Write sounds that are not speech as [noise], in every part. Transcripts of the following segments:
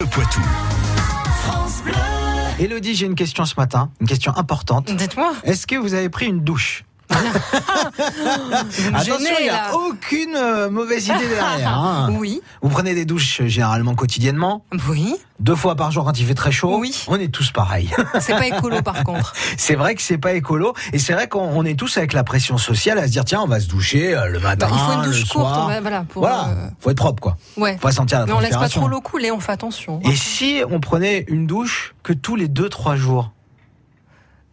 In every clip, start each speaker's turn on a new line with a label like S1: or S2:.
S1: Le Poitou.
S2: Elodie, j'ai une question ce matin, une question importante.
S3: Dites-moi,
S2: Est-ce que vous avez pris une
S3: [laughs]
S2: douche
S3: vous me
S2: Attention,
S3: gênez,
S2: il n'y a
S3: là.
S2: aucune euh, mauvaise idée derrière. hein.
S3: [laughs] Oui,
S2: Vous prenez des douches euh, généralement quotidiennement,
S3: oui.
S2: deux fois par jour quand il fait très chaud.
S3: Oui.
S2: On est tous
S3: [laughs]
S2: pareils.
S3: C'est pas
S2: [laughs]
S3: écolo par contre.
S2: c'est vrai que c'est pas écolo et c'est vrai qu'on on est tous avec la pression sociale à se dire tiens, on va se doucher euh, le matin,
S3: Bah, il faut une
S2: le
S3: douche courte,
S2: soir.
S3: on va- voilà. Pour,
S2: voilà,
S3: euh,
S2: faut être propre quoi.
S3: ouais.
S2: Faut pas sentir la
S3: Mais on laisse pas
S2: transpiration.
S3: trop l'eau couler, on fait attention.
S2: Et si on prenait une douche que tous les deux trois jours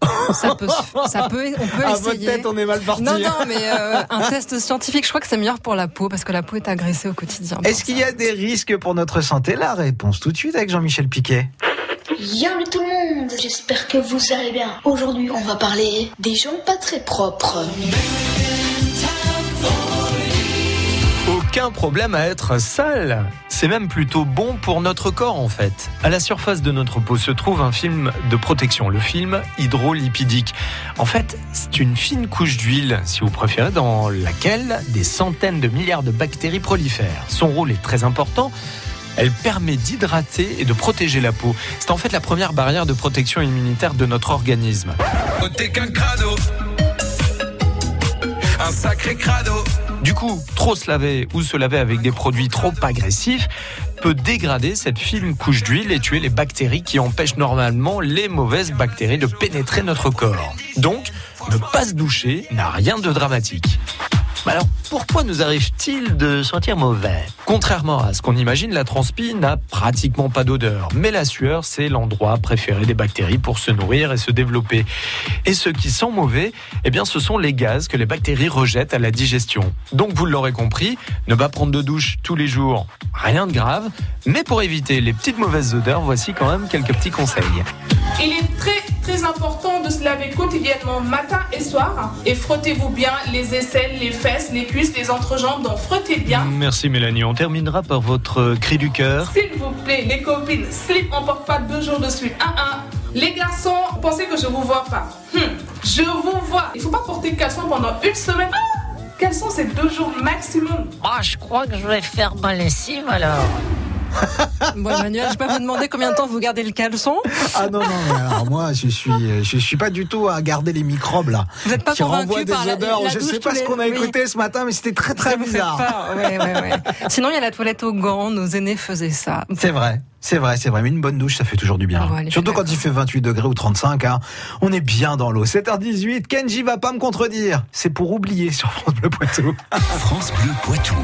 S3: [laughs] Ça peut, se- ça peut, on peut
S2: À Ah, votre
S3: essayer.
S2: tête, on est mal parti.
S3: non, non, mais euh, un test scientifique, je crois que c'est meilleur pour la peau parce que la peau est agressée au quotidien.
S2: Est-ce qu'il y a des risques pour notre santé La réponse tout de suite avec Jean-Michel Piquet.
S4: Yo tout le monde, j'espère que vous allez bien. Aujourd'hui, on va parler des gens pas très propres.
S5: Aucun problème à être sale. C'est même plutôt bon pour notre corps en fait. À la surface de notre peau se trouve un film de protection, le film hydrolipidique. En fait, c'est une fine couche d'huile, si vous préférez, dans laquelle des centaines de milliards de bactéries prolifèrent. Son rôle est très important. Elle permet d'hydrater et de protéger la peau. C'est en fait la première barrière de protection immunitaire de notre organisme.
S1: Oh, t'es qu'un crado. Un sacré crado.
S5: Du coup, trop se laver ou se laver avec des produits trop agressifs peut dégrader cette fine couche d'huile et tuer les bactéries qui empêchent normalement les mauvaises bactéries de pénétrer notre corps. Donc, ne pas se doucher n'a rien de dramatique. Mais Alors, pourquoi nous arrive-t-il de sentir mauvais Contrairement à ce qu'on imagine, la transpi n'a pratiquement pas d'odeur. Mais la sueur, c'est l'endroit préféré des bactéries pour se nourrir et se développer. Et ce qui sent mauvais, eh bien, ce sont les gaz que les bactéries rejettent à la digestion. Donc, vous l'aurez compris, ne pas prendre de douche tous les jours, rien de grave. Mais pour éviter les petites mauvaises odeurs, voici quand même quelques petits conseils.
S6: Il est très très important de se laver quotidiennement matin et soir et frottez-vous bien les aisselles, les fesses, les cuisses, les entrejambes, donc frottez bien.
S5: Merci Mélanie. On terminera par votre cri du cœur.
S6: S'il vous plaît, les copines, slip, on porte pas deux jours de suite. Un, un. Les garçons, pensez que je vous vois pas. Hmm, je vous vois. Il faut pas porter caleçon pendant une semaine. Ah, caleçon, c'est deux jours maximum.
S7: Ah, je crois que je vais faire ma lessive alors.
S3: Bon, Emmanuel, je vais pas vous demander combien de temps vous gardez le caleçon.
S2: Ah non, non, mais alors moi, je suis, euh, je suis pas du tout à garder les microbes là.
S3: Vous n'êtes pas
S2: qui renvoient
S3: convaincu
S2: des
S3: par la,
S2: odeurs.
S3: la
S2: je
S3: douche
S2: sais pas
S3: tous
S2: ce
S3: les-
S2: qu'on a
S3: oui.
S2: écouté ce matin, mais c'était très très
S3: Ça vous fait
S2: bizarre.
S3: peur, ouais, ouais, ouais. Sinon, il y a la toilette au gant. Nos aînés faisaient ça.
S2: C'est vrai, c'est vrai, c'est vrai. Mais une bonne douche, ça fait toujours du bien.
S3: Ah
S2: hein.
S3: ouais, elle est
S2: Surtout
S3: d'accord.
S2: quand il fait 28 degrés ou 35, hein. on est bien dans l'eau. 7h18, Kenji va pas me contredire. C'est pour oublier sur France Bleu Poitou.
S1: France Bleu Poitou.